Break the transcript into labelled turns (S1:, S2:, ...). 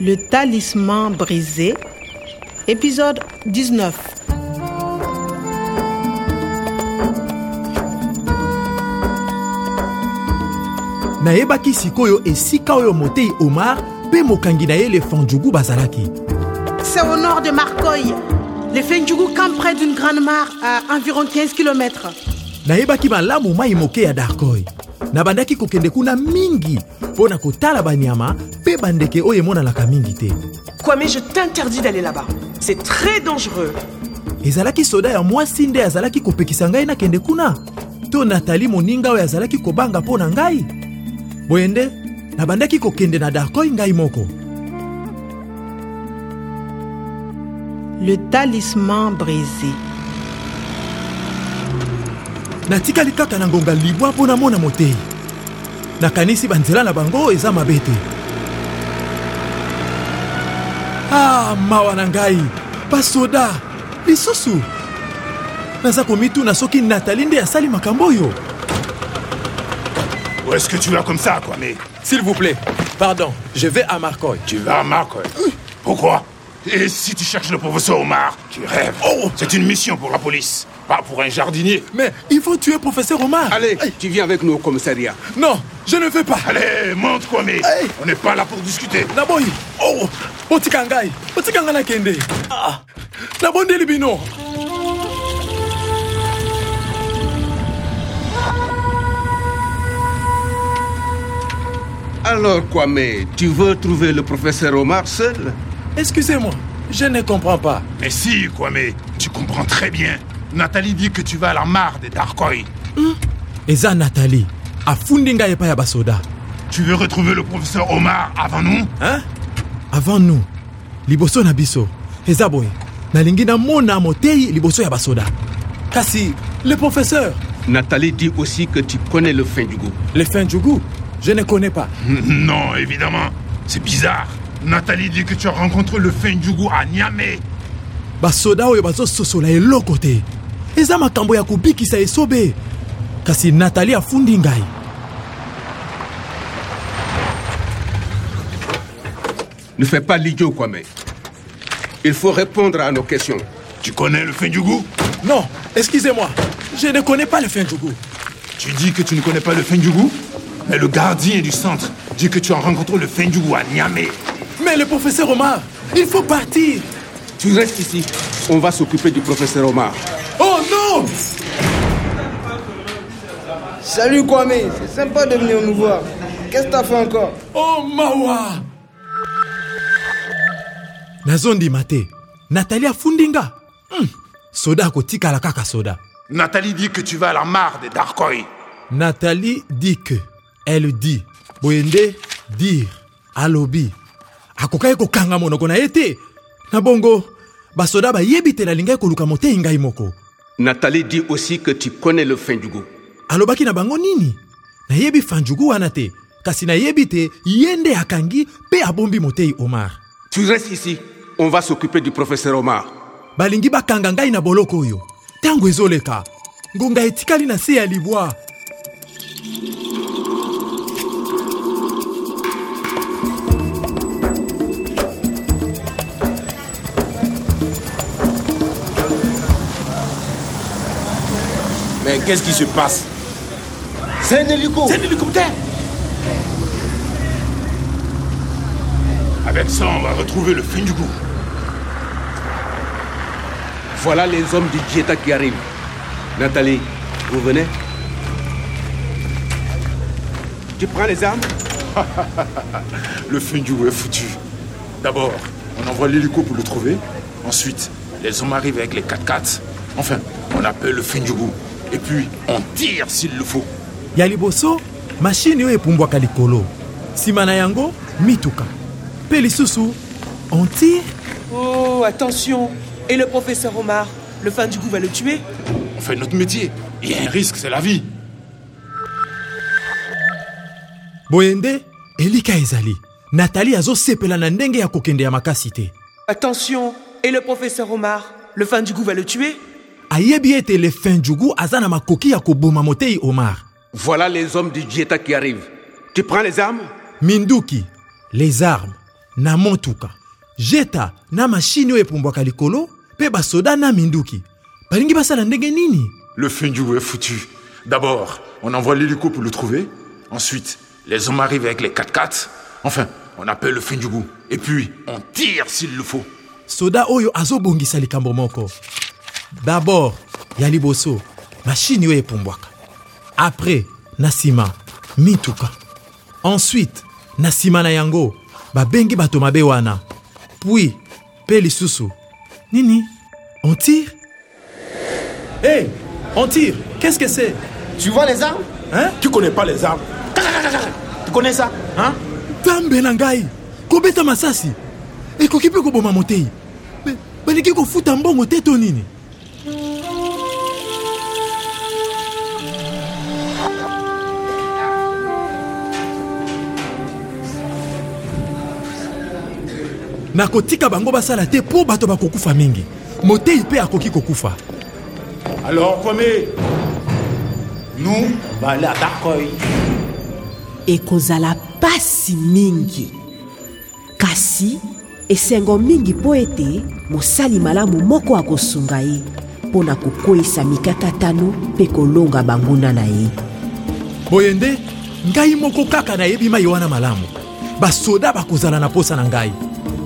S1: Le talisman brisé, épisode 19.
S2: nayebaki sikoyo esika oyo motei omar mpe mokangi na ye lefanjugu bazalaki
S1: C'est au nord de Marcoy. Les Fendjougou campent près d'une grande mare à environ 15 km.
S2: nayebaki malamu mai moke ya darkoy nabandaki kokende kuna mingi mpo na kotala banyama mpe bandeke oyo emonanaka mingi te
S3: Kwame, je t'interdis d'aller là-bas. C'est très dangereux.
S2: ezalaki soda ya mwasi nde azalaki kopekisa ngai nakende kuna to natali moninga oyo azalaki kobanga mpo na ngai boye nde nabandaki kokende na darkoy ngai moko
S1: Le talisman brisé.
S2: natikali kaka na ngonga libwa mpo namona motei nakanisi banzela na bango eza mabe te ah, mawa na ngai basoda lisusu naza komituna soki natali nde asali makambo oyo
S4: Où est-ce que tu vas comme ça, quoi Mais
S2: s'il vous plaît pardon je vais à marcoy
S4: tu vas à Marc. ouais. Pourquoi Et si tu cherches le professeur Omar Tu rêves. Oh C'est une mission pour la police, pas pour un jardinier.
S2: mais il faut tuer professeur omar
S5: Allez, tu viens avec nous au commissariat.
S2: non je ne veux pas
S4: Allez, monte, quoi Mais
S2: Hey.
S4: on n'est pas là pour discuter.
S2: naboyi oh, botika ngai botika ngai nakende ah, nabondeli bino
S5: Alors, Kwame, tu veux trouver le professeur Omar seul
S2: excusez-moi je ne comprends pas
S4: Mais si, quoi Mais tu comprends très bien. Nathalie dit que tu vas à la mare des Darkoy.
S2: eza natali afundi ngai epai ya basoda
S4: Tu veux retrouver le professeur Omar avant nous
S2: hein? avant nous liboso na biso eza boye nalingi namona motei liboso ya basoda kasi le professeur
S5: Nathalie dit aussi que tu connais le fin du goût.
S2: le fin jugu je ne connais pas
S4: Non, évidemment. C'est bizarre. Nathalie dit que tu as rencontré le Fendjougou à Niamey.
S2: basoda oyo bazososola eloko te eza makambo ya kobikisa esobe kasi natali afundi ngai
S5: Ne fais pas l'idiot, Kwame. Il faut répondre à nos questions.
S4: Tu connais le Fendjougou
S2: non excusez-moi je ne connais pas le fin jugu
S4: Tu dis que tu ne connais pas le Fendjougou Mais le gardien du centre dit que tu as rencontré le Fendjougou à Niamey.
S2: mais le professeur omar il faut partir
S5: Tu restes ici. On va s'occuper du professeur Omar.
S2: oh non
S6: Salut Kwame, c'est sympa de venir nous voir. Qu'est-ce que t'as fait encore
S2: oh mawa nazondima te natali afundi nga mm. soda akotikala kaka soda
S4: Nathalie dit que tu vas à la mare des Darkoy.
S2: natali dit que elle dit boye nde dire alobi akokaki kokanga monoko na ye te na bongo basoda bayebi te nalingaki koluka motei ngai moko
S5: Nathalie dit aussi que tu connais le fin du goût.
S2: alobaki na bango nini nayebi fanjugu wana te kasi nayebi te ye nde akangi mpe abombi motei omar
S5: Tu restes ici. On va s'occuper du professeur Omar.
S2: balingi bakanga ngai na boloko oyo ntango ezoleka ngonga etikali na se ya libwa
S7: Mais qu'est-ce qui se passe C'est un hélico
S4: C'est un hélicoptère Avec ça, on va retrouver le fin du goût.
S5: Voilà les hommes du Dieta qui arrivent. Nathalie, vous venez Tu prends les armes
S4: Le fin du goût est foutu. D'abord, on envoie l'hélico pour le trouver. Ensuite, les hommes arrivent avec les 4x4. Enfin, on appelle le fin du goût. Et puis, on tire s'il le faut.
S2: ya liboso mashini oyo epumbwaka likolo nsima na yango mituka mpe lisusu on tire
S3: Oh, attention. Et le professeur Omar, le fin du goût va le tuer
S4: On fait notre métier. Il y a un risque, c'est la vie.
S2: boye nde elika ezali natali azosepela na ndenge ya kokende ya makasi te
S3: Attention. Et le professeur Omar, le fin du goût va le tuer
S2: ayebi ete lefinjugu aza na makoki ya koboma motei omar
S5: Voilà les hommes du Dieta qui arrivent. Tu prends les armes
S2: minduki les armes na motuka jeta na mashini oyo epumbwaka likolo mpe basoda na minduki balingi basala ndenge nini
S4: Le Fundu est foutu. D'abord, on envoie l'hélico pour le trouver. Ensuite, les hommes arrivent avec les 4x4. Enfin, on appelle le Fundugu. Et puis, on tire s'il le faut.
S2: soda oyo azobongisa likambo moko dabord ya liboso mashini oyo epumbwaka apres na nsima mituka ensuite na nsima na yango babengi bato mabe wana puis mpe lisusu nini on tire e hey, on tire qu'est-ce que c'est
S7: Tu vois les armes
S2: hein
S7: Tu connais pas les armes. Tu connais ça Hein
S2: ntambe na ngai kobeta masasi ekoki mpe koboma motei Ba- balingi kofuta mbongo te to nini nakotika bango basala te mpo bato bakokufa mingi motei mpe akoki kokufa
S4: Alors, Kwame, nous,
S7: On va aller à Darkoy.
S8: ekozala pasi mingi kasi esengo mingi mpo ete mosali malamu moko akosunga ye mpo na kokweyisa mikakatano mpe kolonga banguna na ye
S2: boye nde ngai moko kaka nayebi mai wana malamu basoda bakozala na posa na ngai